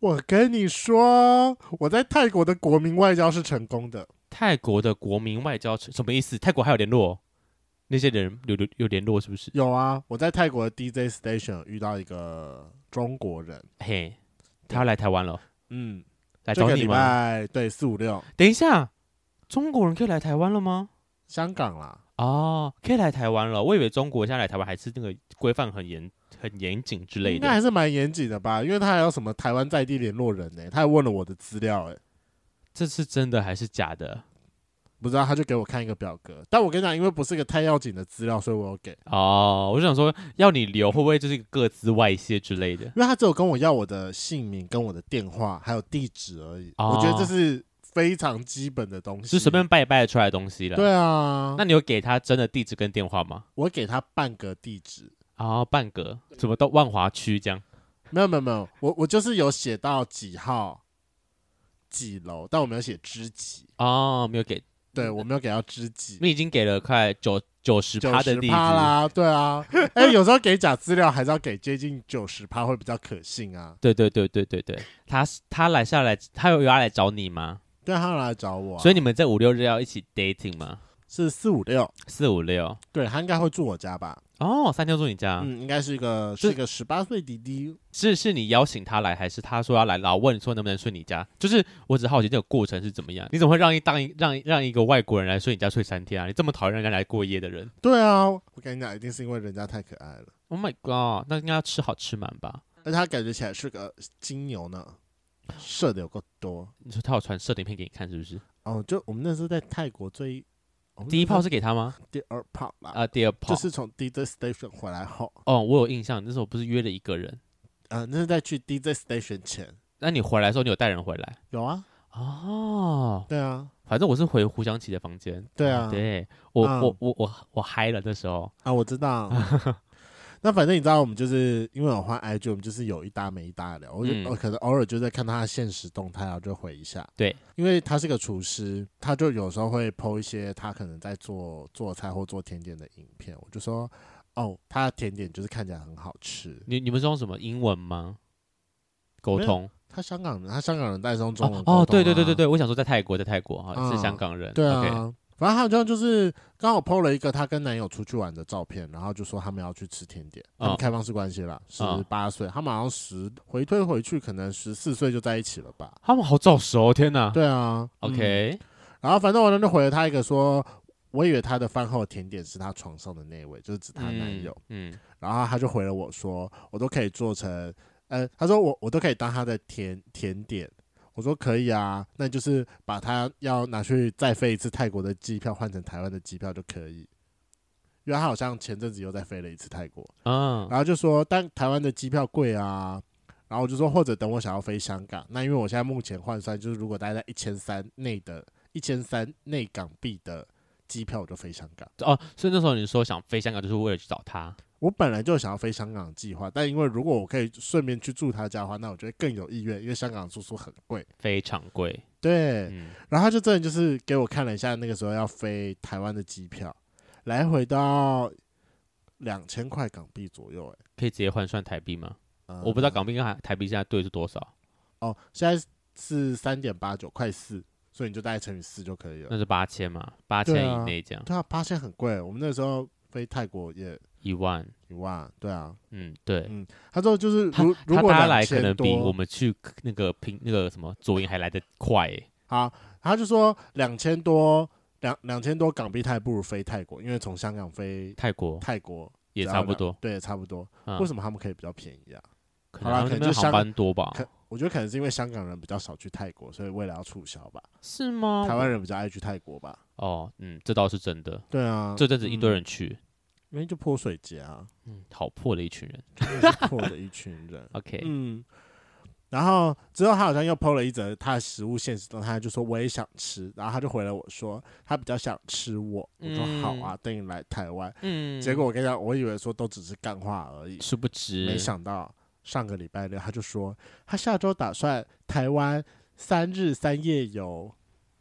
我跟你说，我在泰国的国民外交是成功的。泰国的国民外交什么意思？泰国还有联络哦那些人有有有联络是不是？有啊，我在泰国的 DJ station 有遇到一个中国人，嘿，他要来台湾了，嗯，来这找个你礼吗？拜对四五六等一下，中国人可以来台湾了吗？香港啦，哦，可以来台湾了。我以为中国现在来台湾还是那个规范很严、很严谨之类应该还的。是蛮严谨的吧？因为他还有什么台湾在地联络人呢、他还问了我的资料、欸，这是真的还是假的？不知道他就给我看一个表格，但我跟你讲，因为不是一个太要紧的资料，所以我有给，哦，我就想说，要你留会不会就是各自外泄之类的？因为他只有跟我要我的姓名、跟我的电话还有地址而已，哦我觉得这是非常基本的东西，是随便掰一掰出来的东西了。，对啊，那你有给他真的地址跟电话吗？我给他半个地址，哦，半个，怎么到万华区这样？没有没有没有，我我就是有写到几号几楼，但我没有写知己，哦，没有给，对我没有给到知己，你已经给了快九九十九趴的十地址趴啦，对 啊，哎、有时候给假资料还是要给接近九十趴会比较可信啊。对对对对对对，他他来下来，他有有要来找你吗？对，他有来找我啊、所以你们在五六日要一起 dating 吗？是四五六，四五六对他应该会住我家吧？哦，三天住你家，嗯，应该是一个是一个十八岁弟弟，是是你邀请他来，还是他说要来，老问说能不能睡你家？就是我只好奇这个过程是怎么样，你怎么会让一当一让一让一个外国人来睡你家睡三天啊？你这么讨厌人家来过夜的人对啊，我跟你讲，一定是因为人家太可爱了， ，Oh my god，那应该要吃好吃满吧？而且他感觉起来是个金牛呢，射的有够多你说他有传射影片给你看是不是？哦。就我们那时候在泰国最，我们第一那时候炮是给他吗？第二炮啦，啊，第二炮就是从 DJ station 回来后，哦，我有印象，那时候不是约了一个人，呃，那是在去 DJ station 前，那你回来的时候你有带人回来有啊，哦？对啊，反正我是回胡湘琪的房间，对啊对我、嗯我我我我嗨了那时候，啊，我知道。 那反正你知道，我们就是因为我换 IG，我们就是有一搭没一搭的聊。我就、哦嗯我可能偶尔就在看他的现实动态，然后就回一下。对，因为他是个厨师，他就有时候会 PO 一些他可能在做做菜或做甜点的影片。我就说，哦，他的甜点就是看起来很好吃。你你们是用什么英文吗？沟没有通。他香港人，他香港人在用中文、啊哦哦，对对对对，对，我想说在泰国，在泰国哈、嗯是香港人，对啊。 OK 反正他好像就是刚好 PO 了一个她跟男友出去玩的照片，然后就说他们要去吃甜点，他们嗯开放式关系啦，十嗯八岁，他们好像十回推回去，可能十四岁就在一起了吧？他们好早熟，哦天哪对啊嗯，OK，、然后反正我就回了他一个说，我以为他的饭后甜点是他床上的那位，就是指她男友，嗯，嗯，然后他就回了我说，我都可以做成，呃，他说我我都可以当他的甜甜点。我说可以啊，那就是把他要拿去再飞一次泰国的机票换成台湾的机票就可以，因为他好像前阵子又再飞了一次泰国，嗯然后就说但台湾的机票贵啊，然后我就说或者等我想要飞香港，那因为我现在目前换算就是如果待在一千三内的一千三内港币的机票我就飞香港。哦，所以那时候你说想飞香港，就是为了去找他，我本来就想要飞香港的计划，但因为如果我可以顺便去住他家的话，那我觉得更有意愿，因为香港住宿很贵。非常贵，对，嗯，然后他就真的就是给我看了一下那个时候要飞台湾的机票，来回到两千块港币左右、哎、可以直接换算台币吗？呃我不知道港币跟台台币现在兑是多少，哦，现在是三点八九，快四，所以你就大概乘以四就可以了。那是八千嘛，八千对啊以内这样，对啊，八千很贵，我们那时候飞泰国也一万，一万，对啊。嗯，对。嗯他说就是他如如他果搭来可2000能比多我们去那个平那个什么左营还来的快、欸，好，他就说两千多两两千多港币，他还不如飞泰国，因为从香港飞泰国泰国也只要差不两多。对，差不多。嗯、为什么他们可以比较便宜啊？可好能啦他们可能那边就航香班多吧？可我觉得可能是因为香港人比较少去泰国，所以为了要促销吧，是吗？台湾人比较爱去泰国吧。哦，嗯，这倒是真的。对啊，这阵子一堆 嗯，人去，因为就泼水节啊，嗯，好破的一群人。。真的是破的一群人 OK，嗯，然后之后他好像又 PO 了一则他的食物现实动态，他就说我也想吃，然后他就回了我说他比较想吃我，我说嗯好啊，等你来台湾。嗯结果我跟你讲，我以为说都只是干话而已，殊不知，没想到上个礼拜六他就说他下周打算台湾三日三夜游。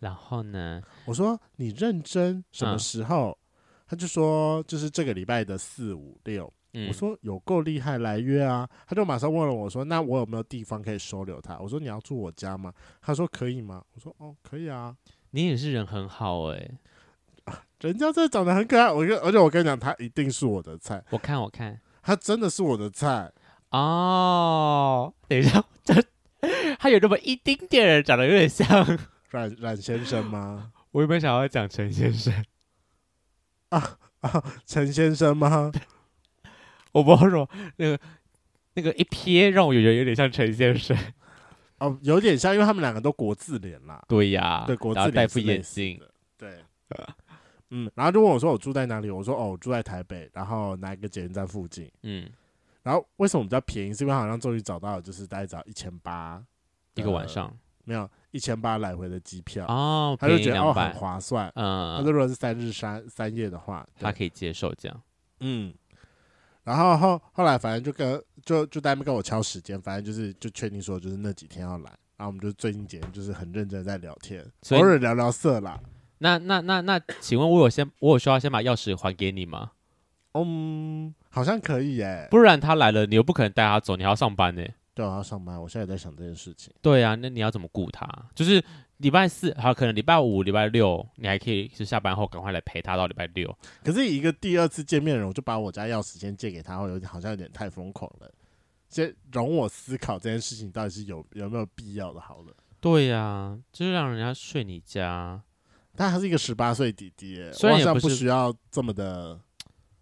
然后呢？我说嗯你认真什么时候？他就说就是这个礼拜的四五六。嗯我，说有够厉害，来约啊！他就马上问了我说，那我有没有地方可以收留他？我说你要住我家吗？他说可以吗？我说哦，可以啊。你也是人很好哎、人家这长得很可爱，我跟而且我跟你讲，他一定是我的菜，我看我看他真的是我的菜。哦，等一下，这 他有那么一丁点儿长得有点像，冉冉先生吗？我有没有想要讲陈先生？陈先生吗？我不知道为什么那个那个一瞥让我觉得有点像陈先生。 哦，有点像，因为他们两个都国字脸啦。对呀、 对国字啊然后戴脸副是类眼似镜啊的，对，嗯，然后就问我说我住在哪里？我说哦，我住在台北，然后哪一个捷运站附近。嗯，然后为什么比较便宜？是因为好像终于找到了，就是大概只要一千八一呃个晚，上没有一千八来回的机票，哦，他就便宜觉得哦两很百，划算。他说嗯，如果是三日三三夜的话，对他可以接受这样，嗯，然后后后来反正就跟就就在那边跟我敲时间，反正就是就确定说就是那几天要来，然后我们就最近几天就是很认真地在聊天，所偶以尔聊聊色啦。那那那那，请问我有先我有需要先把钥匙还给你吗？嗯，好像可以耶、不然他来了，你又不可能带他走，你还要上班呢。对，啊我要上班，我现在也在想这件事情。对啊，那你要怎么顾他？就是礼拜四，好，可能礼拜五、礼拜六，你还可以是下班后赶快来陪他到礼拜六。可是以一个第二次见面的人，我就把我家钥匙先借给他，会有点好像有点太疯狂了。先容我思考这件事情到底是有有没有必要的，好了。对呀、就是让人家睡你家，但他是一个十八岁弟弟耶、虽我然好也像不不是需要这么的。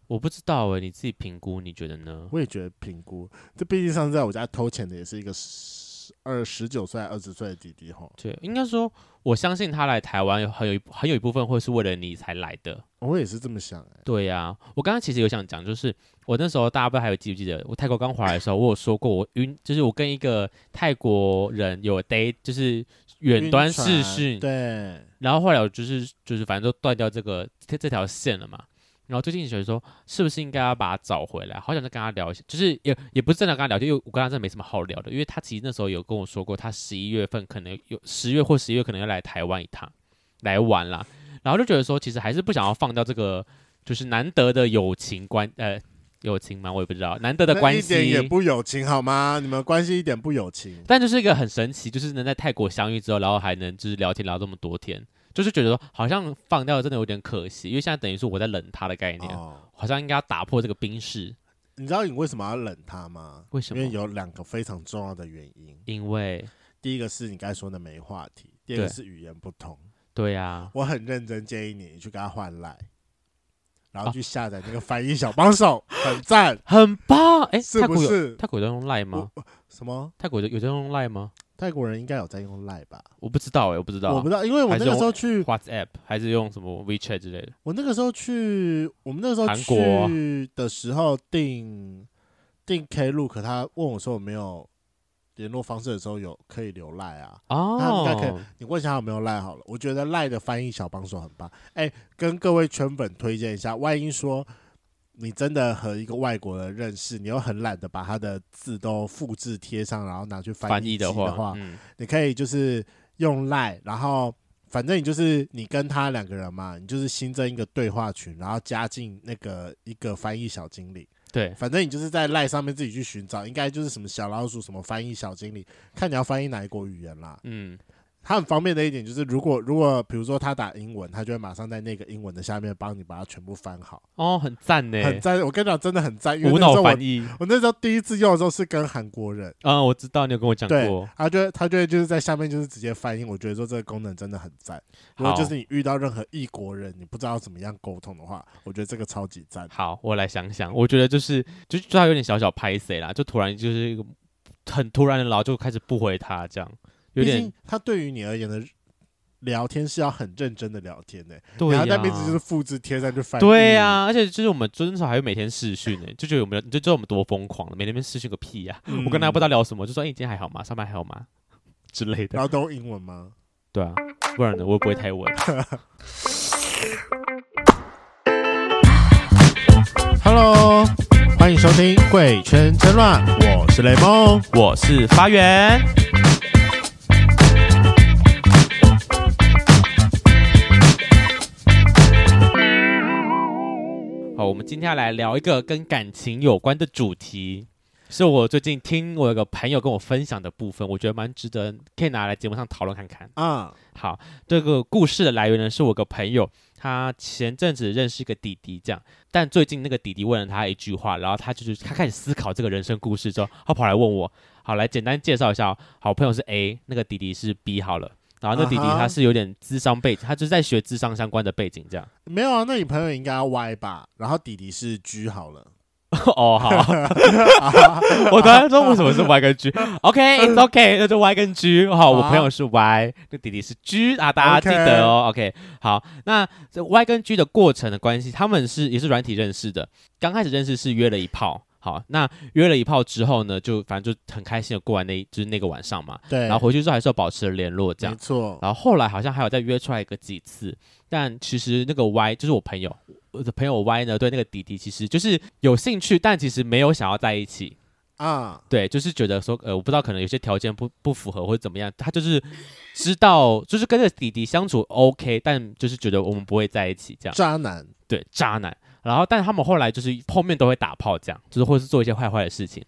我不知道哎、你自己评估，你觉得呢？我也觉得评估，这毕竟上次在我家偷钱的也是一个十二十九岁、二十岁的弟弟吼。对，应该说，我相信他来台湾有很有一很有一部分会是为了你才来的。我也是这么想哎、对呀、我刚刚其实有想讲，就是我那时候大家不知道还有记不记得，我泰国刚回来的时候，我有说过我晕，就是我跟一个泰国人有 day，就是远晕端船视讯，对，然后后来我就是就是反正都断掉这个这这条线了嘛。然后最近觉得说，是不是应该要把他找回来？好想再跟他聊一下，就是也也不是真的跟他聊，就因为我跟他真的没什么好聊的，因为他其实那时候有跟我说过，他十一月份可能有十月或十一月可能要来台湾一趟，来玩啦。然后就觉得说，其实还是不想要放掉这个，就是难得的友情关呃友情嘛，我也不知道难得的那关一点系也不友情好吗？你们关系一点不友情。但就是一个很神奇，就是能在泰国相遇之后，然后还能就是聊天聊这么多天，就是觉得说好像放掉真的有点可惜，因为现在等于说我在冷他的概念，哦，好像应该要打破这个冰室。你知道你为什么要冷他吗？为什么因为有两个非常重要的原因。因为第一个是你刚才说的没话题，第二个对是语言不通。对啊，我很认真建议你去跟他换赖，然啊后去下载那个翻译小帮手，很 赞，很棒哎，是泰不国有是？泰国有在用赖吗？什么？泰国有有在用赖吗？泰国人应该有在用赖吧？我不知道哎，我不知道，我不知道，因为我那个时候去， WhatsApp 还是用什么 WeChat 之类的。我那个时候去，啊我们那个时候韩国去的时候订订 Klook，他问我说有没有联络方式的时候有可以留赖啊？哦那应该可，你问一下有没有赖好了。我觉得赖的翻译小帮手很棒。哎、跟各位圈粉推荐一下，万一说你真的和一个外国人认识，你又很懒得把他的字都复制贴上，然后拿去翻翻译机译的话，嗯，你可以就是用赖，然后反正你就是你跟他两个人嘛，你就是新增一个对话群，然后加进那个一个翻译小经理。对，反正你就是在赖上面自己去寻找，应该就是什么小老鼠、什么翻译小经理，看你要翻译哪一国语言啦。嗯，它很方便的一点就是，如果如果比如说他打英文，他就会马上在那个英文的下面帮你把它全部翻好，哦，很赞呢，很赞。我跟你讲，真的很赞，因为无那时脑候我翻译。我那时候第一次用的时候是跟韩国人，嗯，我知道你有跟我讲对过，，他就会他就会就是在下面就是直接翻译。我觉得说这个功能真的很赞。如果好就是你遇到任何异国人，你不知道怎么样沟通的话，我觉得这个超级赞。好，我来想想，我觉得就是就就他有点小小拍谁啦，就突然就是一个很突然的，然后就开始不回他这样，有毕点竟他对于你而言的聊天是要很认真的聊天的、对然呀、后那边只是复制贴上去翻译。对呀、而且就是我们遵守还会每天视讯呢、就觉得我们你就知道我们多疯狂了，每天边视讯个屁呀、嗯，我跟他不知道聊什么，就说哎、你今天还好吗？上班还好吗？之类然的，后都用英文吗？对啊，不然呢我也不会太稳。 Hello，欢迎收听《贵圈争乱》，我是雷梦。我是发源，好，我们今天要来聊一个跟感情有关的主题，是我最近听我有个朋友跟我分享的部分，我觉得蛮值得可以拿来节目上讨论看看。啊，好，这个故事的来源呢，是我个朋友，他前阵子认识一个弟弟，这样，但最近那个弟弟问了他一句话，然后他就是他开始思考这个人生故事之后，他跑来问我，好，来简单介绍一下、哦，好我朋友是 A，那个弟弟是 B 好了，然后那弟弟啊哈他是有点智商背景，他就是在学智商相关的背景这样。没有啊，那你朋友应该要 Y 吧？然后弟弟是 G 好了， 哦，好，我突然说为什么是 Y 跟 G？OK，It's OK，那就 Y 跟 G。好，我朋友是 Y，那弟弟是 G 啊，大家记得哦。OK，好，那这 Y 跟 G 的过程的关系，他们是也是软体认识的，刚开始认识是约了一炮。好，那约了一炮之后呢，就反正就很开心的过完那一就是那个晚上嘛，对，然后回去之后还是要保持联络这样没。错，然后后来好像还有再约出来个几次，但其实那个 Y 就是我朋友，我的朋友 Y 呢对那个弟弟其实就是有兴趣，但其实没有想要在一起。啊，对，就是觉得说，呃，我不知道，可能有些条件不不符合或者怎么样，他就是知道，就是跟这个弟弟相处 OK，但就是觉得我们不会在一起这样。渣男，对，渣男。然后，但他们后来就是后面都会打炮，这样就是或是做一些坏坏的事情。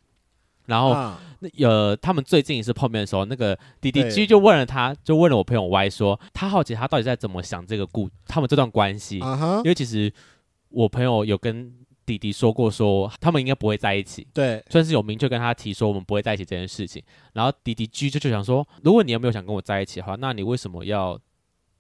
然后啊，那呃，他们最近一次碰面的时候，那个弟弟对 G 就问了他，就问了我朋友 Y 说，他好奇他到底在怎么想这个故他们这段关系，啊哈因，为其实我朋友有跟弟弟说过说，他们应该不会在一起，对，算是有明确跟他提说我们不会在一起这件事情。然后弟弟 G 就就想说，如果你有没有想跟我在一起的话，那你为什么要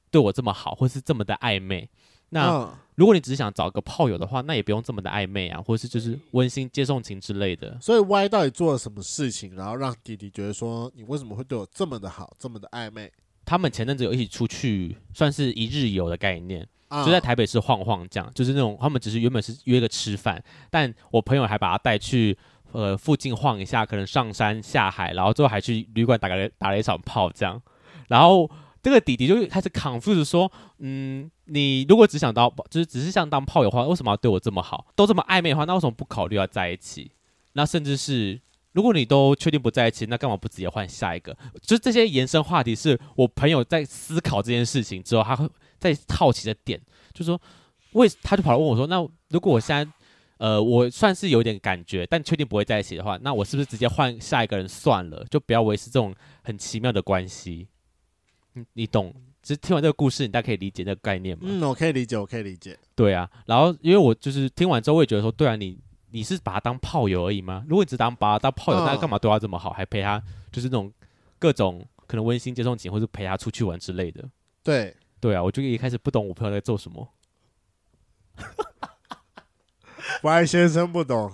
对我这么好，或是这么的暧昧？那、嗯如果你只是想找个炮友的话，那也不用这么的暧昧啊，或是就是温馨接送情之类的。所以 Y 到底做了什么事情，然后让弟弟觉得说你为什么会对我这么的好，这么的暧昧他们前阵子有一起出去，算是一日游的概念，啊？就在台北市晃晃这样，就是那种他们只是原本是约个吃饭，但我朋友还把他带去呃附近晃一下，可能上山下海，然后最后还去旅馆打个打了一场炮这样，然后。这个弟弟就开始 confuse 说，嗯，你如果只想当就是只是想当炮友的话，为什么要对我这么好？都这么暧昧的话，那为什么不考虑要在一起？那甚至是如果你都确定不在一起，那干嘛不直接换下一个？就是这些延伸话题，是我朋友在思考这件事情之后，他会在好奇的点，就说为他就跑来问我说，那如果我现在呃我算是有点感觉，但确定不会在一起的话，那我是不是直接换下一个人算了？就不要维持这种很奇妙的关系。你你懂？只是听完这个故事，你大概可以理解这个概念吗？嗯，我可以理解，我可以理解。对啊，然后因为我就是听完之后，我也觉得说，对啊，你你是把他当炮友而已吗？如果你只当把他当炮友，嗯那干嘛对他这么好，还陪他就是那种各种可能温馨接送景，或是陪他出去玩之类的？对，对啊，我就一开始不懂我朋友在做什么。 Y 先生不懂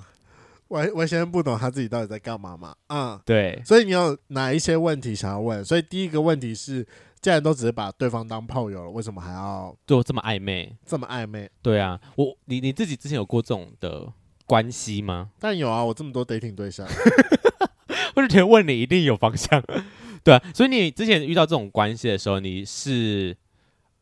，Y Y 先生不懂他自己到底在干嘛嘛？啊、对所以你有哪一些问题想要问？所以第一个问题是，既然都只是把对方当炮友了，为什么还要对我这么暧昧？这么暧昧？对啊，我你你自己之前有过这种的关系吗？ 但有啊，我这么多 dating 对象，我就觉得问你一定有方向。 对啊，所以你之前遇到这种关系的时候，你是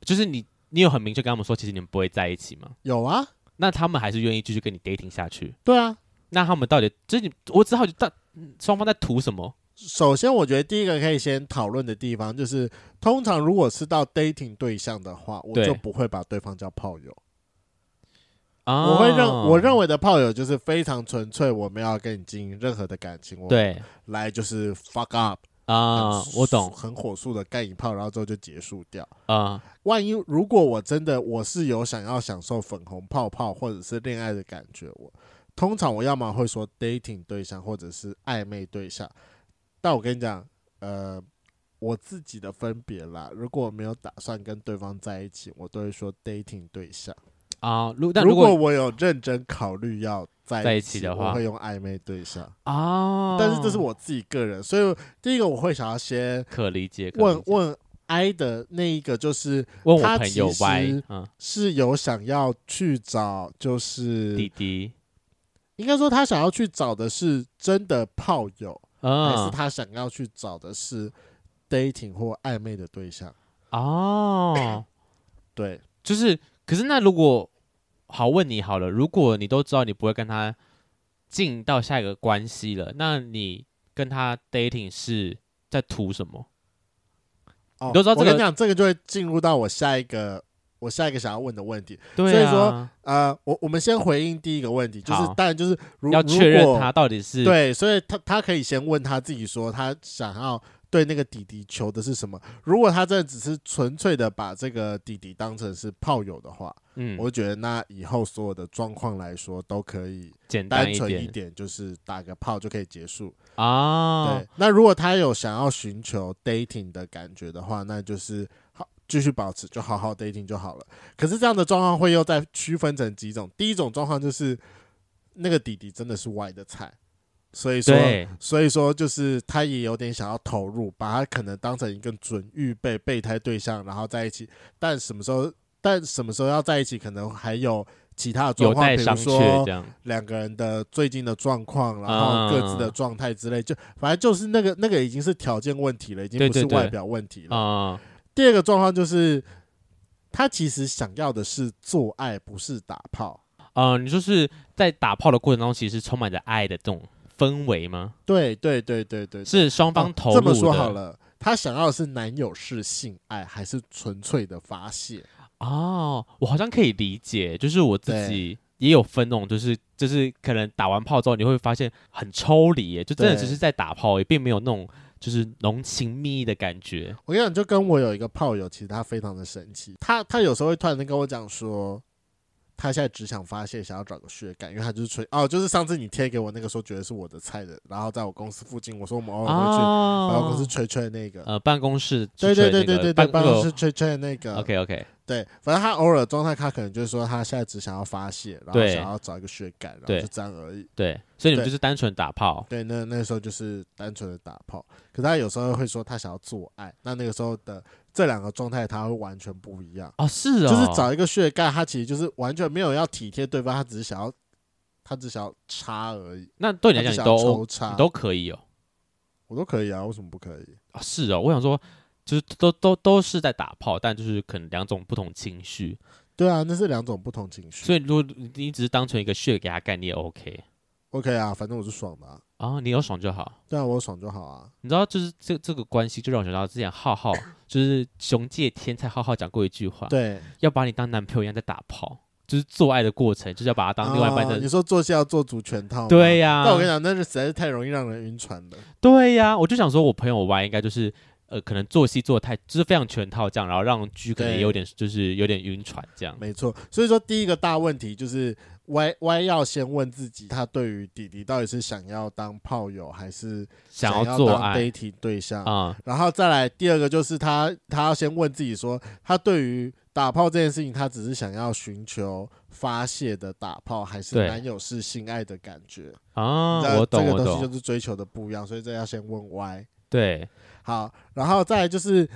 就是你你有很明确跟他们说，其实你们不会在一起吗？有啊，那他们还是愿意继续跟你 dating 下去？对啊。那他们到底就是你，我只好就到嗯双方在图什么？首先，我觉得第一个可以先讨论的地方就是，通常如果是到 dating 对象的话，我对就不会把对方叫炮友，啊我会认我认为的炮友就是非常纯粹，我没有要跟你经营任何的感情，我对来就是 fuck up 啊，很我懂很火速的干一炮，然后之后就结束掉。啊，万一如果我真的我是有想要享受粉红泡泡或者是恋爱的感觉，我通常我要么会说 dating 对象或者是暧昧对象，但我跟你讲，呃，我自己的分别啦，如果我没有打算跟对方在一起，我都会说 dating 对象。啊。如但如如果果我有认真考虑要在在一一起的话我会用暧昧对象，啊，但是这是我自己个人，所以第一个我会想要先可理解。可问理解问 I 的那一个就是。问我他朋其友实 Y 嗯是有想要去找，就是弟弟应该说他想要去找的是真的炮友，还是嗯他想要去找的是 dating 或暧昧的对象？哦，对，就是可是那如果好问你好了，如果你都知道你不会跟他进到下一个关系了，那你跟他 dating 是在图什么？哦，你都知道这个我跟你讲，这个就会进入到我下一个。我下一个想要问的问题。对啊，所以说呃，我我们先回应第一个问题，就是好当然就是如要确如认果他到底是对，所以他他可以先问他自己说，他想要对那个弟弟求的是什么？如果他真的只是纯粹的把这个弟弟当成是炮友的话，嗯，我觉得那以后所有的状况来说都可以简单单一纯一点点，就是打个炮就可以结束。啊对，，那如果他有想要寻求 dating 的感觉的话，那就是好继续保持，就好好 dating 就好了。可是这样的状况会又再区分成几种，第一种状况就是那个弟弟真的是歪的菜，所以说。对所以说，就是他也有点想要投入，把他可能当成一个准预备备胎对象，然后在一起。但什么时候，但什么时候要在一起，可能还有其他的状有况，待比如商说榷这样。两个人的最近的状况，然后各自的状态之类，就反正就是那个那个已经是条件问题了，已经对不是对对外表问题了。啊、第二个状况就是，他其实想要的是做爱，不是打炮。呃，你就是在打炮的过程当中，其实充满着爱的这种氛围吗？对对对对对，是双哦方投入这的、么说好了，他想要的是男友是性爱，还是纯粹的发泄？哦，我好像可以理解，就是我自己也有分那种，就是就是可能打完炮之后，你会发现很抽离耶，就真的对只是在打炮，也并没有那种就是浓情蜜意的感觉。我跟你讲，就跟我有一个炮友，其实他非常的神奇，他他有时候会突然间跟我讲说，他现在只想发泄，想要找个血感，因为他就是吹哦，就是上次你贴给我那个说觉得是我的菜的，然后在我公司附近，我说我们偶尔哦会去，然后公哦司，吹吹的那个，呃，办公室对出对对去的对那对个对，办办公室公吹吹的那个 OK OK，对，反正他偶尔的状态，他可能就是说他现在只想要发泄，然后对想要找一个血感，然后对就这样而已。对，所以对你们就是单纯打炮，对，那那时候就是单纯的打炮，可是他有时候会说他想要做爱，那那个时候的这两个状态他会完全不一样，哦，是哦，就是找一个血盖，他其实就是完全没有要体贴对方，他只是想要他只想要插而已，那对你他来只讲，想你要都抽插你，都可以哦。我都可以啊，为什么不可以？啊，是哦，我想说，就是都都都是在打炮，但就是可能两种不同情绪，对啊，那是两种不同情绪。所以如果你只是当成一个血给他干，你也 OK OK 啊，反正我是爽的、啊，啊，你有爽就好。对啊，我爽就好啊。你知道，就是这这个关系，就让我想到之前浩 浩，就是熊界天才浩浩讲过一句话，对，要把你当男朋友一样在打炮，就是做爱的过程，就是要把他当另外一半啊的。你说做戏要做足全套吗，对呀、但我跟你讲，那是实在是太容易让人晕船了。对呀、我就想说，我朋友 Y 应该就是呃，可能做戏做得太就是非常全套这样，然后让 G 可能也对有点就是有点晕船这样。没错，所以说第一个大问题就是 Y Y 要先问自己，他对于弟弟到底是想要当炮友还是想要要做当爱 dating 对象？啊、然后再来第二个就是他他要先问自己说，他对于打炮这件事情，他只是想要寻求发泄的打炮，还是对男友是性爱的感觉？你知啊，道我懂这我个东西就懂，是追求的不一样，所以这要先问 Y。对，好，然后再来就是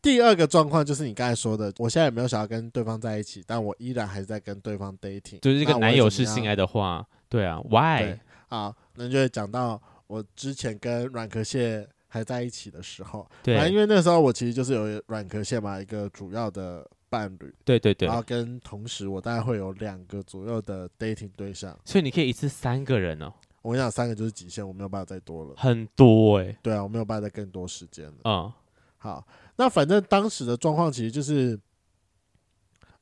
第二个状况，就是你刚才说的，我现在也没有想要跟对方在一起，但我依然还是在跟对方 dating，就是这那个我男会友怎是么性样爱的话，对啊，Why？对啊，那就会讲到我之前跟软壳蟹还在一起的时候，对啊，因为那时候我其实就是有软壳蟹嘛，一个主要的伴侣，对对对然，后跟同时我大概会有两个左右的 dating 对象，所以你可以一次三个人哦，我跟你讲三个就是极限，我没有办法再多了，很多哎、对啊，我没有办法再更多时间了。嗯，好，那反正当时的状况其实就是，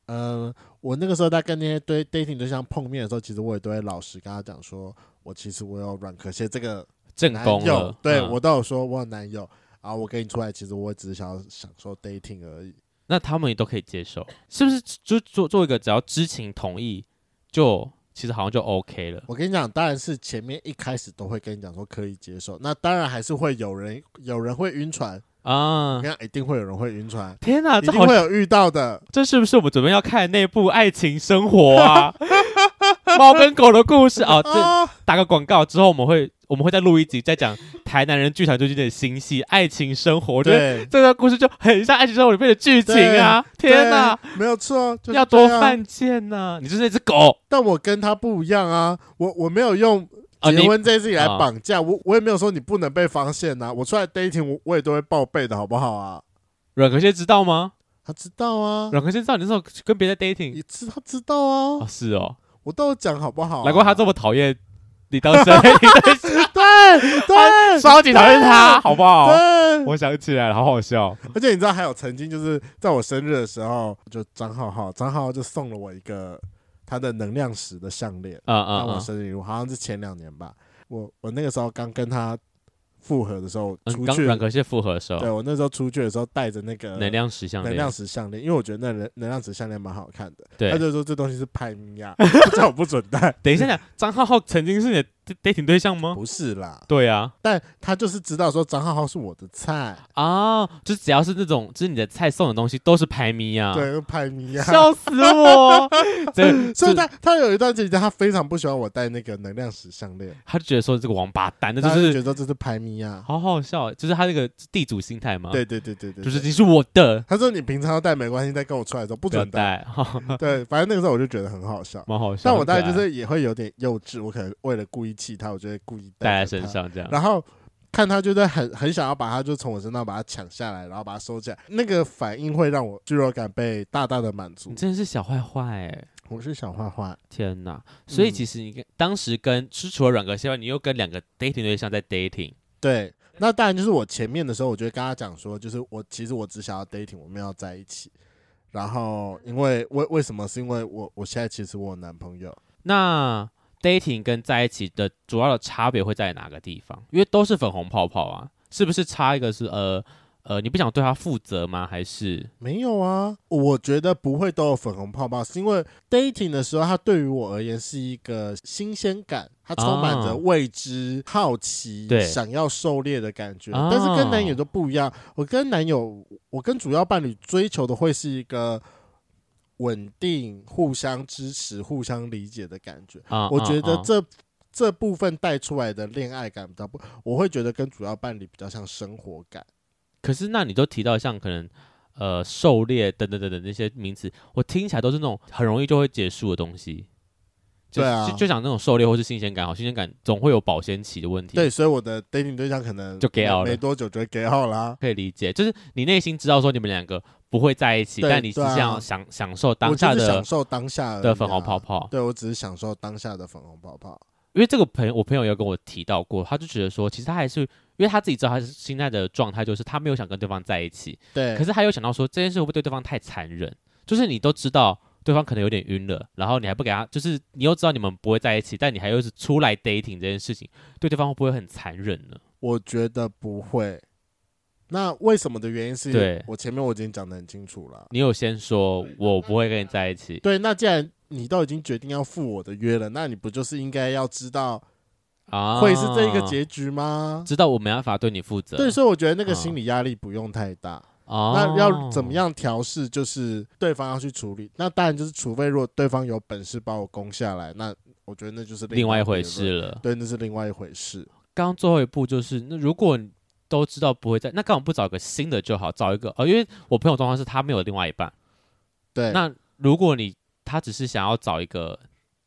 呃，我那个时候在跟那些对 dating 对象碰面的时候，其实我也都会老实跟他讲说，我其实我有软壳蟹这个正男宫友了，，对、嗯我都有说我有男友，然后我跟你出来，其实我只是想要享受 dating 而已。那他们也都可以接受，是不是？就做做一个只要知情同意，就其实好像就 OK 了。我跟你讲，当然是前面一开始都会跟你讲说可以接受，那当然还是会有人有人会晕船，我啊跟！你讲，一定会有人会晕船，天哪，一啊这定好会像，有遇到的。这是不是我们准备要看的那部《爱情生活》 啊？猫跟狗的故事哦，这啊，打个广告之后，我们会我们会再录一集，再讲台南人剧场最近的新戏《爱情生活》。我觉得对。这个故事就很像《爱情生活》里面的剧情啊！天哪，对，没有错，就是要多这样犯贱呐、你就是那只狗但我跟他不一样啊，我我没有用啊！结你婚这件事情来啊绑架、我，我也没有说你不能被发现呐、我出来 dating，我我也都会报备的好不好啊？阮壳蟹知道吗？他知道啊，嗯阮壳蟹知道你那时候跟别人在 dating 你知他知道啊，哦，是哦，我都有讲好不好、啊？难怪他这么讨厌李东升，李东升 对对 超级讨厌他，好不好？对，我想起来了，好好笑。而且你知道，还有曾经就是在我生日的时候，就张浩浩，张浩浩就送了我一个他的能量石的项链，嗯当我嗯生日礼物，好像是前两年吧。我我那个时候刚跟他复合的时候，嗯，出刚去，软壳蟹复合的时对候，我那时候出去的时候带着那个哦能量石项能链量，石项链，因为我觉得那能能量石项链蛮好看的。对他。就说这东西是拍米亚， 他叫我不准戴。等一下，张浩浩曾经是你的 dating 对象吗？不是啦，对啊，但他就是知道说张浩浩是我的菜，啊，就只要是那种，就是你的菜送的东西都是排咪啊，对，拍米亚。笑死 我！这所以这他他有一段期间，他非常不喜欢我戴那个能量石项链，他就觉得说这个王八蛋，那他就就是觉得这是拍米亚。好好笑，欸就是他那个地主心态嘛，，对对对对对，就是对你是我的，他说你平常要戴没关系，但跟我出来的时候不不要准戴。带， 哈哈对，反正那个时候我就觉得很好笑。蛮好笑。啊但我大概就很可爱是也会有点幼稚，我可能为了故意气他，我就会故意带着在身他。上这样，然后看他就在很很想要把他就从我身上把他抢下来，然后把他收起来，那个反应会让我虚弱感被大大的满足你。真的是小坏坏哎。我是小坏坏，天呐！所以嗯其实你跟当时跟是除了软格之外，你又跟两个 dating 对象在 dating，对。那当然就是我前面的时候，我就会跟他讲说，就是我其实我只想要 dating，我们要在一起。然后因为为为什么？是因为我我现在其实我有男朋友，那 dating 跟在一起的主要的差别会在哪个地方？因为都是粉红泡泡啊，是不是差一个是呃呃，你不想对他负责吗？还是没有啊，我觉得不会都有粉红泡泡，是因为 dating 的时候，它对于我而言是一个新鲜感，它充满着啊未知、好奇对、想要狩猎的感觉。啊但是跟男友就不一样，我跟男友，我跟主要伴侣追求的会是一个稳定、互相支持、互相理解的感觉。啊？我觉啊得啊这。这部分带出来的恋爱感比较不，我会觉得跟主要伴侣比较像生活感。可是那你都提到像可能呃狩猎等等等等那些名词，我听起来都是那种很容易就会结束的东西。就对啊就就想那种狩猎或是新鲜感，哦好，新鲜感总会有保鲜期的问题。对，所以我的 dating 对象可能就 get 没 out 了没多久就会 get out 啦。可以理解，就是你内心知道说你们两个不会在一起，对但你只对啊想享享受当我下就是的享受当下而已啊的粉红泡，泡。对我只是享受当下的粉红泡泡。因为这个朋友，我朋友有跟我提到过，他就觉得说，其实他还是因为他自己知道他是现在的状态，就是他没有想跟对方在一起，对，可是他又想到说这件事会不会对对方太残忍，就是你都知道。对方可能有点晕了，然后你还不给他，就是你又知道你们不会在一起，但你还又是出来 dating 这件事情，对对方会不会很残忍呢？我觉得不会。那为什么的原因是对，我前面我已经讲的很清楚了。你有先说我不会跟你在一起，对，那既然你都已经决定要赴我的约了，那你不就是应该要知道啊，会是这一个结局吗？知道我没办法对你负责。对，所以我觉得那个啊心理压力不用太大。哦，那要怎么？样调试？就是对方要去处理。那当然就是，除非如果对方有本事把我攻下来，那我觉得那就是另外一当回别论。事了。对，那是另外一回事。刚刚最后一步就是，那如果你都知道不会再，那干嘛不找个新的就好？找一个哦，因为我朋友状况是他没有另外一半。对，那如果你他只是想要找一个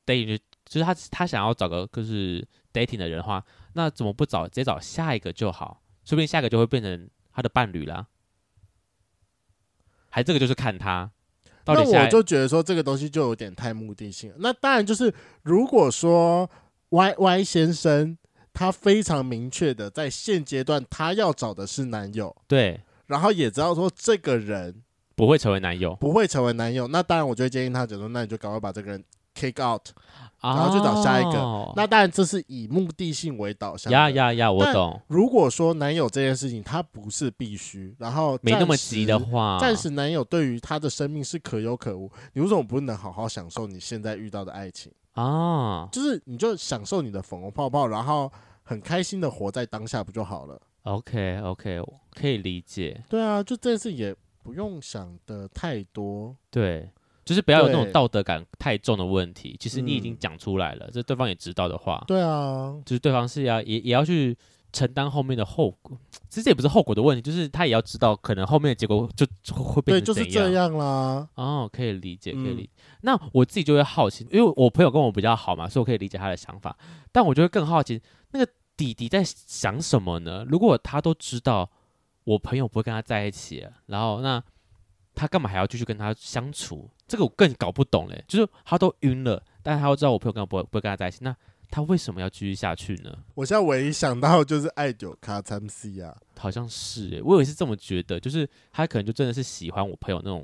dating，就是他他想要找个就是 dating 的人的话，那怎么不找直接找下一个就好？说不定下一个就会变成他的伴侣啦。还这个就是看他到那底下我就觉得说这个东西就有点太目的性了。那当然就是，如果说 Y Y 先生他非常明确的在现阶段他要找的是男友，对然后也知道说这个人不会成为男友，不会成为男友，那当然我就会建议他讲说，那你就赶快把这个人 kick out。然后就找下一个那那当然这是以目的性为导向的。哦呀呀呀，我但懂，如果说男友这件事情他不是必须，然后没那么暂时急的话，暂时男友对于他的生命是可有可无，你为什么不能好好享受你现在遇到的爱情？啊。就是你就享受你的粉红泡泡，然后很开心的活在当下不就好了？ OK OK，可以理解，对啊，就这件事也不用想的太多。对，就是不要有那种对道德感太重的问题。其实你已经嗯讲出来了，这对方也知道的话，对啊，就是对方是要也也要去承担后面的后果，其实也不是后果的问题，就是他也要知道可能后面的结果就就会对，变就成是怎这样啦。哦，可以理解，可以嗯理解。那我自己就会好奇，因为我朋友跟我比较好嘛，所以我可以理解他的想法。但我就会更好奇，那个弟弟在想什么呢？如果他都知道我朋友不会跟他在一起了，然后那他干嘛还要继续跟他相处？这个我更搞不懂嘞。就是他都晕了，但他又知道我朋友根本不会不会跟他在一起，那他为什么要继续下去呢？我现在唯一想到就是艾酒卡参 C 啊，好像是诶、我也是这么觉得，就是他可能就真的是喜欢我朋友那种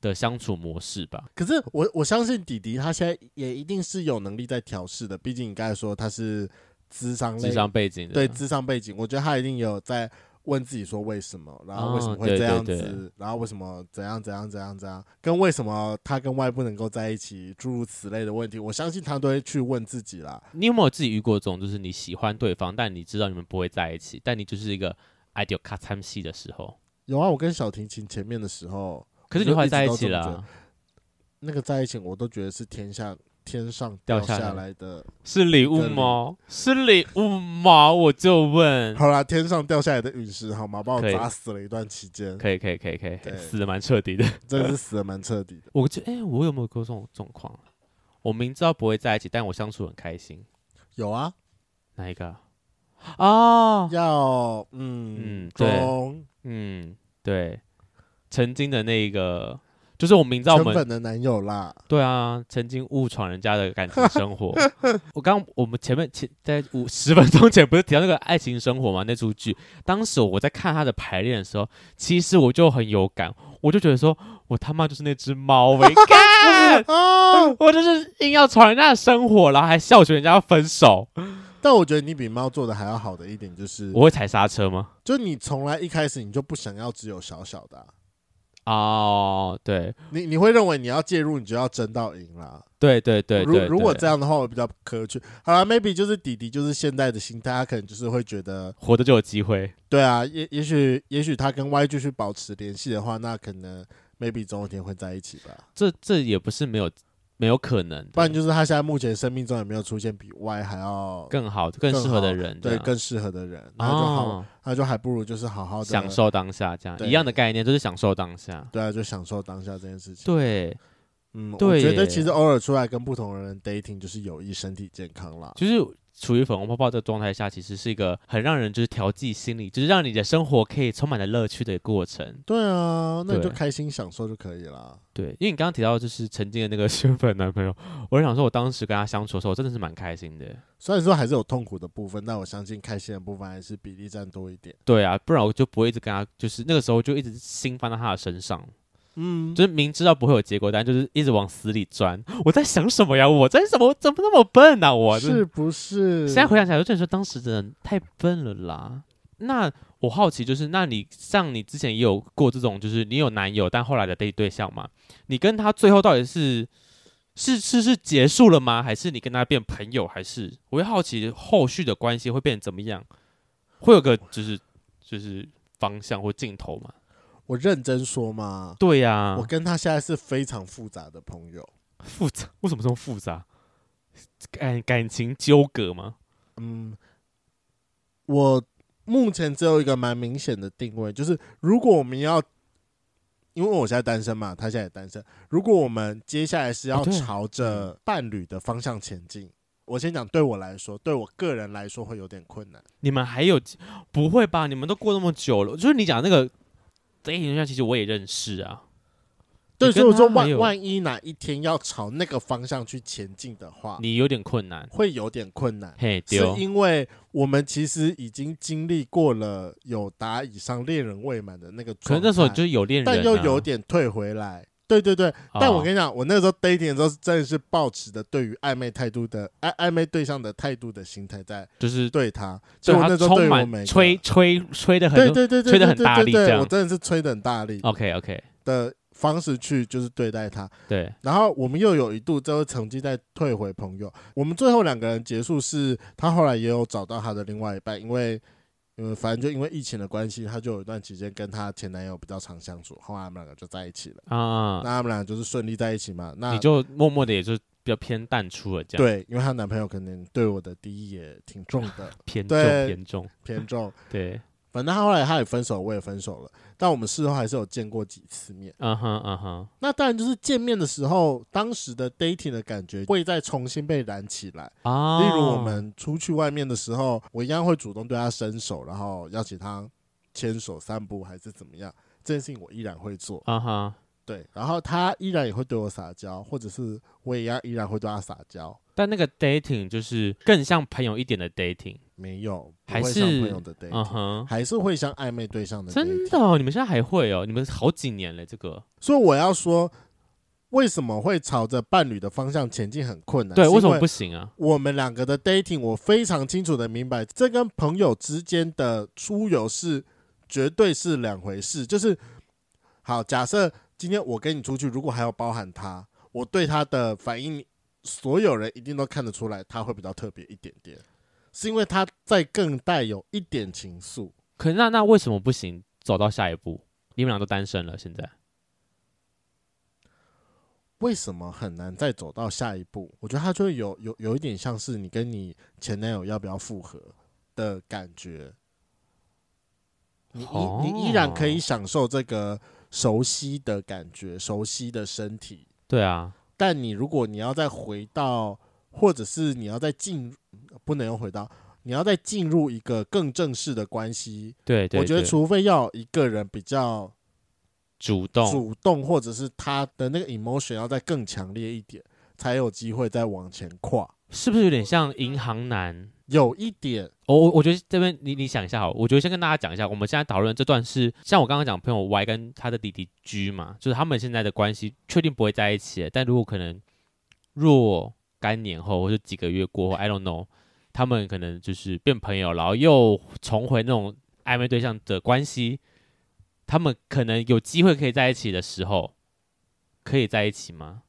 的相处模式吧。可是我我相信弟弟他现在也一定是有能力在调试的，毕竟你刚才说他是智商类智商啊背景的，对智商背景，我觉得他一定有在问自己说为什么，然后为什么哦会对这样子，对对然后为什么怎样怎样怎样怎样，跟为什么他跟外部能够在一起，诸如此类的问题，我相信他都会去问自己啦。你有没有自己遇过这种，就是你喜欢对方，但你知道你们不会在一起，但你就是一个 ideal 卡参戏的时候，有啊，我跟小提琴前面的时候，可是就你后来一直在一都起这么了啊、觉得那个在一起，我都觉得是天下天上掉掉下下来来的，是礼物吗？是礼物吗？我就问。好啦，天上掉下来的陨石，好吗？把我可以砸死了一段期间，可以可以可以可以，对死的蛮彻底的。 真的是死的蛮彻底的。我就哎、我有没有过这种状况啊？我明知道不会在一起，但我相处很开心。 有啊，哪一个啊？哦，要嗯嗯对中嗯，对，曾经的那个，就是我明知道我成们粉的男友啦，对啊，曾经误闯人家的感情生活。 我刚我们前面前在五十分钟前不是提到那个爱情生活吗？那出剧，当时我在看他的排练的时候，其实我就很有感，我就觉得说我他妈就是那只猫喂、干，啊！ 我就是硬要闯人家的生活，然后还笑学人家分手，但我觉得你比猫做的还要好的一点就是，我会踩刹车吗？就你从来一开始你就不想要只有小小的啊、哦，对你你会认为你要介入，你就要争到赢啦。对对对对，如如果对这样的话，我比较可取。好啦 m a y b e 就是弟弟就是现在的心态，他可能就是会觉得，活着就有机会。对啊，也也许也许他跟 Y 继续保持联系的话，那可能 maybe 总有一天会在一起吧。这这也不是没有没有可能的，不然就是他现在目前生命中也没有出现比 Y 还要更好、更适合好的人，这对样更适合的人，那就好，哦，那就还不如就是好好的享。受当下，这样对一样的概念，就是享受当下。对啊，就享受当下这件事情。对，嗯，我对觉得耶其实偶尔出来跟不同人 dating 就是有益身体健康啦。就是处于粉红泡泡的状态下，其实是一个很让人就是调剂心理，就是让你的生活可以充满了乐趣的过程。对啊，那你就对开心享受就可以啦。对，因为你刚刚提到就是曾经的那个新粉男朋友，我就想说，我当时跟他相处的时候，真的是蛮开心的。虽然说还是有痛苦的部分，但我相信开心的部分还是比例占多一点。对啊，不然我就不会一直跟他，就是那个时候就一直心翻到他的身上，嗯，就是明知道不会有结果，但就是一直往死里钻。我在想什么呀？我在什么？我怎么那么笨啊？我真的是不是？现在回想起来，我真的说当时真的太笨了啦。那我好奇就是，那你像你之前也有过这种，就是你有男友，但后来的 date 对象嘛？你跟他最后到底是是是是结束了吗？还是你跟他变朋友？还是我会好奇后续的关系会变成怎么样？会有个就是就是方向或尽头吗？我认真说嘛，对啊呀、我跟他现在是非常复杂的朋友。复杂为什么这么复杂？感感情纠葛吗？嗯，我目前只有一个蛮明显的定位，就是如果我们要，因为我现在单身嘛，他现在也单身。如果我们接下来是要哦对朝着伴侣的方向前进，我先讲，对我来说，对我个人来说会有点困难。你们还有不会吧？你们都过那么久了，就是你讲那个 dating 对象，其实我也认识啊。对，你所跟以我说他还万有万一哪一天要朝那个方向去前进的话，你有点困难，会有点困难。嘿，是丢，因为我们其实已经经历过了有达以上恋人未满的那个可状态，能那时候就是有恋人、啊，哎哦但又有，点退回来。对对对，但我跟你，你讲，我那时候 dating 的时候，真的是抱持的对于暧昧态度的暧暧昧对象的态度的心态在就是对他，所对以我他那时候充对我每满个吹，吹吹的很对多对对对，吹对得很大对对力这对样哦我真的是吹的很大力 OK OK，的方式去就是对待他。对，然后我们又有一度就曾经在退回朋友，我们最后两个人结束是，他后来也有找到他的另外一半，因为。嗯，反正就因为疫情的关系，他就有一段期间跟她前男友比较常相处，后来他们两个就在一起了。啊、那他们俩就是顺利在一起嘛？那你就默默的也就比较偏淡出了，这样，对，因为她男朋友可能对我的敌意也挺重的， 偏重对偏重，偏重。对，反正她后来她也分手，我也分手了，但我们事后还是有见过几次面。嗯哼嗯哼，那当然就是见面的时候，当时的 dating 的感觉会再重新被燃起来。啊，例如我们出去外面的时候，我一样会主动对她伸手，然后邀请她牵手散步，还是怎么样。这件事情我依然会做，啊哈，对，然后她依然也会对我撒娇，或者是我也要依然会对她撒娇，但那个 dating 就是更像朋友一点的 dating，没有，不还会像是朋友的 d a 嗯哼，还是会像暧昧对象的 d a 真的、哦，你们现在还会哦，你们好几年了，这个所以我要说，为什么会朝着伴侣的方向前进很困难？对，呃是因为什么不行啊？我们两个的 dating，我非常清楚的明白，这跟朋友之间的出游是绝对是两回事。就是，好，假设今天我跟你出去，如果还要包含他，我对他的反应，所有人一定都看得出来，他会比较特别一点点，是因为他在更带有一点情愫。可那那为什么不行？走到下一步，你们俩都单身了，现在为什么很难再走到下一步？我觉得他就会有有有一点像是你跟你前男友要不要复合的感觉。你哦你你依然可以享受这个熟悉的感觉、熟悉的身体，对啊，但你如果你要再回到，或者是你要再进，不能用回到，你要再进入一个更正式的关系，对对我觉得对除非要有一个人比较主动主动，或者是他的那个 emotion 要再更强烈一点，才有机会再往前跨。是不是有点像银行男？有一点，我我我觉得这边你你想一下好了，我觉得先跟大家讲一下，我们现在讨论这段是像我刚刚讲朋友 Y 跟他的弟弟 G 嘛，就是他们现在的关系确定不会在一起了，但如果可能若干年后或者几个月过后，I don't know，他们可能就是变朋友，然后又重回那种暧昧对象的关系，他们可能有机会可以在一起的时候，可以在一起吗？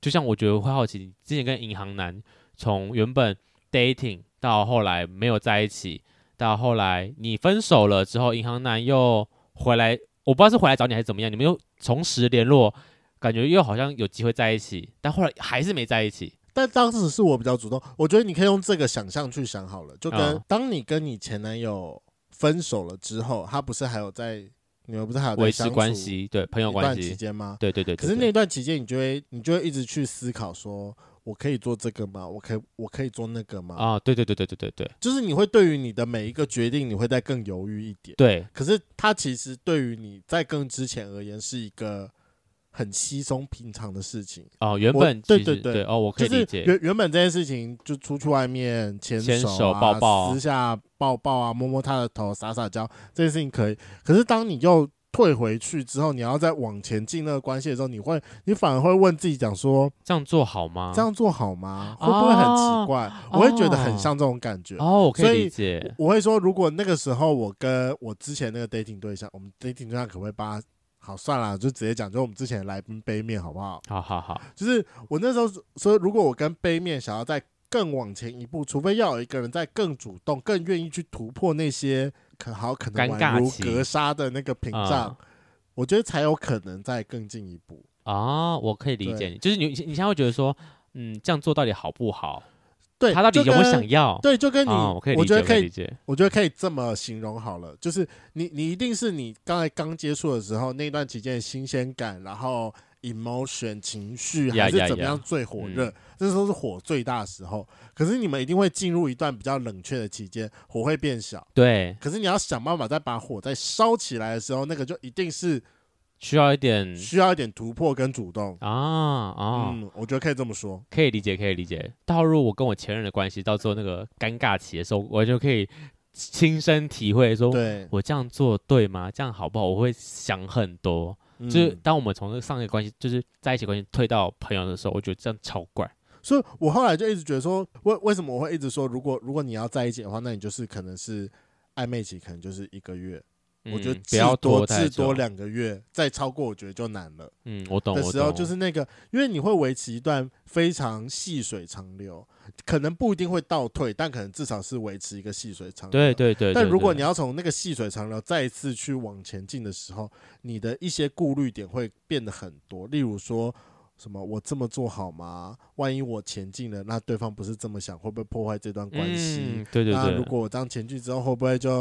就像我觉得我会好奇，之前跟银行男从原本 dating 到后来没有在一起，到后来你分手了之后，银行男又回来，我不知道是回来找你还是怎么样，你们又重拾联络，感觉又好像有机会在一起，但后来还是没在一起。但当时是我比较主动，我觉得你可以用这个想象去想好了，就跟嗯当你跟你前男友分手了之后，他不是还有在，你们不是还有在维持相处关系，对朋友一关段期系，间吗？对对对对可是对那段期间，你就会你就会一直去思考说。我可以做这个吗？我可以我可以做那个吗？啊，对对对对对对对就是你会对于你的每一个决定，你会再更犹豫一点。对，可是它其实对于你在更之前而言是一个很稀松平常的事情，哦，原我本对其实对对对，哦，我可就以理是解，原原本这件事情就出去外面牵牵手、啊、手抱抱私下抱抱啊，摸摸他的头，撒撒娇，这件事情可以。可是当你又退回去之后，你要再往前进那个关系的时候，你会你反而会问自己讲说，这样做好吗？这样做好吗？啊会不会很奇怪？我会觉得很像这种感觉。哦，我可所以以理解，我会说，如果那个时候我跟我之前那个 dating 对象，我们 dating 对象可不可以把他好算了，就直接讲，就我们之前的来宾杯面好不好？好好好，就是我那时候说，如果我跟杯面想要再更往前一步，除非要有一个人在更主动、更愿意去突破那些可好可能尴尬宛如期格杀的那个屏障，我觉得才有可能再更进一步。啊，我可以理解对你，就是你你你现在会觉得说，嗯，这样做到底好不好？对，他到就底有没有跟想？要？对，就跟你，啊，我可以理哦我觉得解，我可可以以理解，我觉得可以这么形容好了，就是你你一定是你刚才刚接触的时候那段期间的新鲜感，然后 emotion 情绪呀嗯还是呀怎么样呀最火热，这时候是火最大的时候。可是你们一定会进入一段比较冷却的期间，火会变小。对，可是你要想办法再把火再烧起来的时候，那个就一定是需要一点需要一点突破跟主动。啊嗯啊，嗯，我觉得可以这么说。可以理解，可以理解。到入我跟我前任的关系，到最后那个尴尬期的时候，我就可以亲身体会说，对，我这样做对吗？这样好不好？我会想很多。嗯就是当我们从这个上一个关系，就是在一起关系退到朋友的时候，我觉得这样超怪。所以我后来就一直觉得说，为为什么我会一直说，如果如果你要在一起的话，那你就是可能是暧昧期，可能就是一个月，我觉得嗯不至要多拖太至多久两个月，再超过我觉得就难了。嗯，我懂，的我时候懂，就是那个，因为你会维持一段非常细水长流，可能不一定会倒退，但可能至少是维持一个细水长流。对对对。但对如果对你要从那个细水长流再一次去往前进的时候，你的一些顾虑点会变得很多，例如说。什么？我这么做好吗？万一我前进了，那对方不是这么想，会不会破坏这段关系？嗯，对对那如对，果我这样前进之后，会不会就，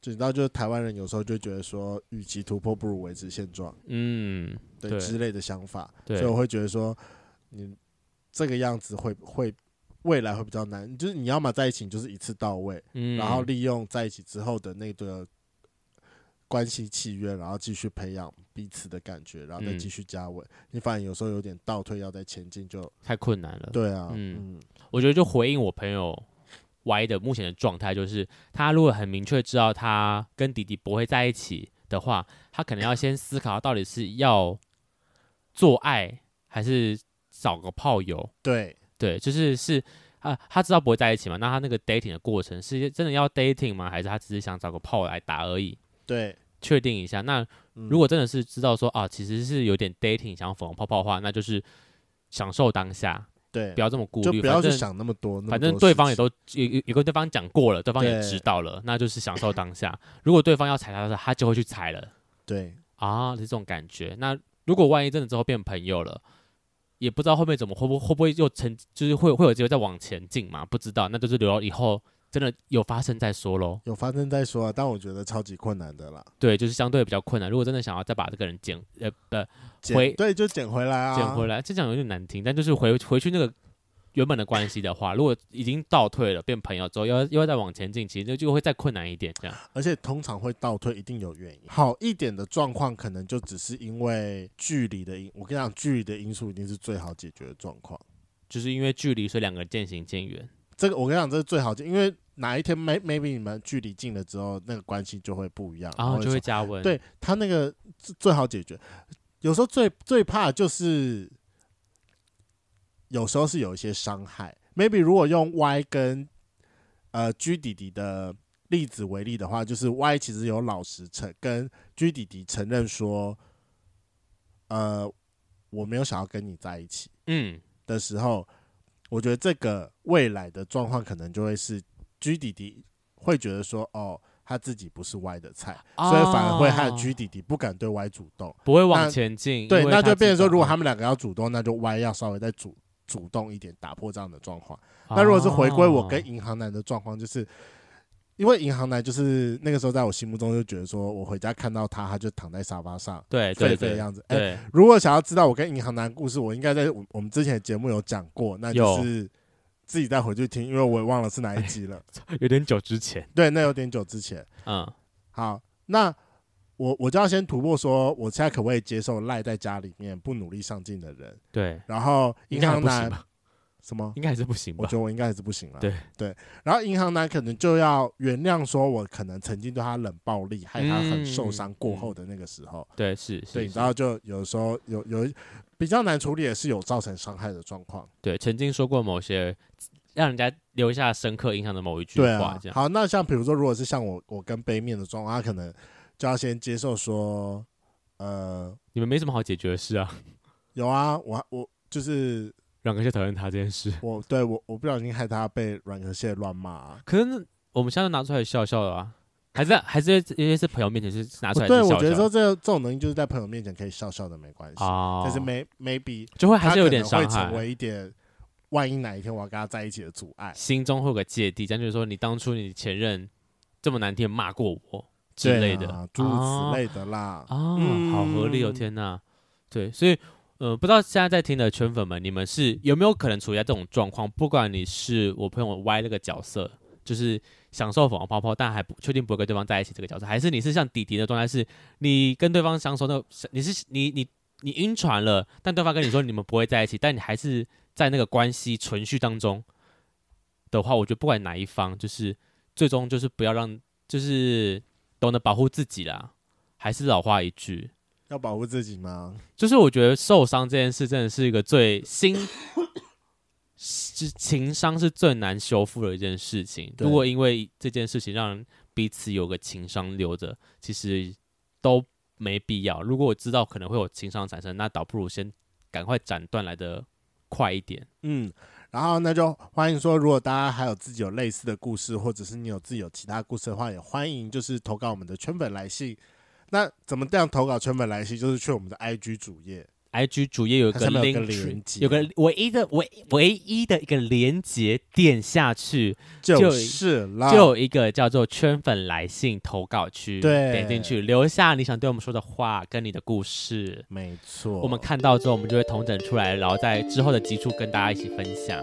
就你知道，就是台湾人有时候就觉得说，与其突破，不如维持现状，嗯，对对之类的想法。所以对我会觉得说，你这个样子会会未来会比较难，就是你要么在一起，你就是一次到位，嗯，然后利用在一起之后的那个呃关系契约，然后继续培养彼此的感觉，然后再嗯继续加稳。你反而有时候有点倒退，要再前进就太困难了。对啊，嗯嗯我觉得就回应我朋友 Y 的目前的状态，就是他如果很明确知道他跟弟弟不会在一起的话，他可能要先思考到底是要做爱还是找个炮友。对，对，就是是啊，他知道不会在一起嘛，那他那个 dating 的过程是真的要 dating 吗？还是他只是想找个炮来打而已？对，确定一下。那嗯如果真的是知道说啊，其实是有点 dating 想粉红泡泡的话，那就是享受当下，对不，要这么顾就虑。不要反去正想那么多，那么反正多对事方也情都也也也跟对方讲过了，对方也对知道了，那就是享受当下。如果对方要踩他的时候，他就会去踩了对啊，是这种感觉。那如果万一真的之后变朋友了，也不知道后面怎么会不会不会又成，就是会会有机会再往前进嘛？不知道，那就是留到以后真的有发生再说喽。有发生再说啊，但我觉得超级困难的啦，对，就是相对比较困难。如果真的想要再把这个人捡呃不捡回对就捡回来啊，捡回来，这讲有点难听，但就是回回去那个。原本的关系的话，如果已经倒退了，变朋友之后，要要再往前进，其实就就会再困难一点这样。而且通常会倒退，一定有原因。好一点的状况，可能就只是因为距离的因。我跟你讲，距离的因素一定是最好解决的状况。就是因为距离，所以两个人渐行渐远。这个我跟你讲，这是最好解，因为哪一天 may maybe 你们距离近了之后，那个关系就会不一样，然后啊就会说加温。哦对他那个最最好解决。有时候最最怕的就是，有时候是有一些伤害。maybe 如果用 Y 跟呃 G 弟弟的例子为例的话，就是 Y 其实有老实承跟 G 弟弟承认说，呃，我没有想要跟你在一起嗯，的时候，我觉得这个未来的状况可能就会是 G 弟弟会觉得说，哦，他自己不是 Y 的菜，所以反而会害哦 G 弟弟不敢对 Y 主动。不会往前进。对，因为那他嗯就变成知道说，如果他们两个要主动，那就 Y 要稍微再主主动一点，打破这样的状况。那如果是回归我跟哦银行男的状况，就是因为银行男就是那个时候在我心目中就觉得说，我回家看到他，他就躺在沙发上对对废废的对样子。哎、对，如果想要知道我跟银行男的故事，我应该在我我们之前的节目有讲过，那就是自己再回去听，因为我也忘了是哪一 集了。有点久 之前，对，那有点久之前。嗯，好，那我我就要先突破说，我现在可不可以接受赖在家里面不努力上进的人？对，然后应银该还行不行男吧？什 么？应该还是不行我吧觉？得我应该还是不行了。对对，然后银行男可能就要原谅，说我可能曾经对他冷暴力，害他嗯很受伤。过后的那个时候，对，是，是对，是然后就有时候有有比较难处理，也是有造成伤害的状况。对，曾经说过某些让人家留下深刻印象的某一句对话啊，这样。好，那像比如说，如果是像我我跟杯面的状况，他可能就要先接受说，呃，你们没什么好解决的事啊，有啊，我我就是两个就讨厌他这件事。我对我我不小心害他被软壳蟹乱骂、啊。可是那我们现在拿出来笑笑的啊，还是还是因为是朋友面前是拿出来是哦对，我笑笑觉得说的这个这种能力就是在朋友面前可以笑笑的，没关系。啊，但是 may maybe 就会还他是有可点能伤会成害。为一点，万一哪一天我要跟他在一起的阻碍。心中会有个芥蒂，这样就是说你当初你前任这么难听骂过我之对类的啊，诸如此类的啦。啊，啊好合理哦，嗯天哪！对，所以呃，不知道现在在听的圈粉们，你们是有没有可能处于在这种状况？不管你是我朋友 Y 那个角色，就是享受粉红泡泡，但还不确定不会跟对方在一起这个角色，还是你是像弟弟的状态，是你跟对方相熟的，你是你你你晕船了，但对方跟你说你们不会在一起，但你还是在那个关系存续当中的话，我觉得不管哪一方，就是最终就是不要让，就是懂得保护自己啦。还是老话一句，要保护自己吗？就是我觉得受伤这件事真的是一个最心，是情伤是最难修复的一件事情。对如果因为这件事情让彼此有个情伤留着，其实都没必要。如果我知道可能会有情伤产生，那倒不如先赶快斩断来的快一点。嗯，然后那就欢迎说，如果大家还有自己有类似的故事，或者是你有自己有其他故事的话，也欢迎就是投稿我们的圈粉来信。那怎么这样投稿圈粉来信？就是去我们的 IG 主页， IG 主页有一它个上面有 link 个 tree，连接有个唯一的唯唯一的一个连接，点下去就是啦，就有一个叫做“圈粉来信投稿区”，对点进去留下你想对我们说的话跟你的故事。没错。我们看到之后，我们就会统整出来，然后在之后的集数跟大家一起分享。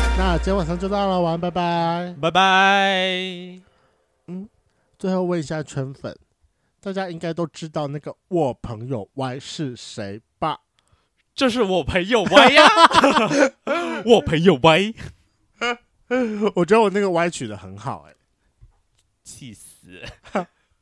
那今天晚上就到了，晚安，拜拜。拜拜。最后问一下圈粉，大家应该都知道那个我朋友 Y 是谁吧？这是我朋友歪呀、我朋友歪，我觉得我那个 Y 取的很好、欸，哎。气死！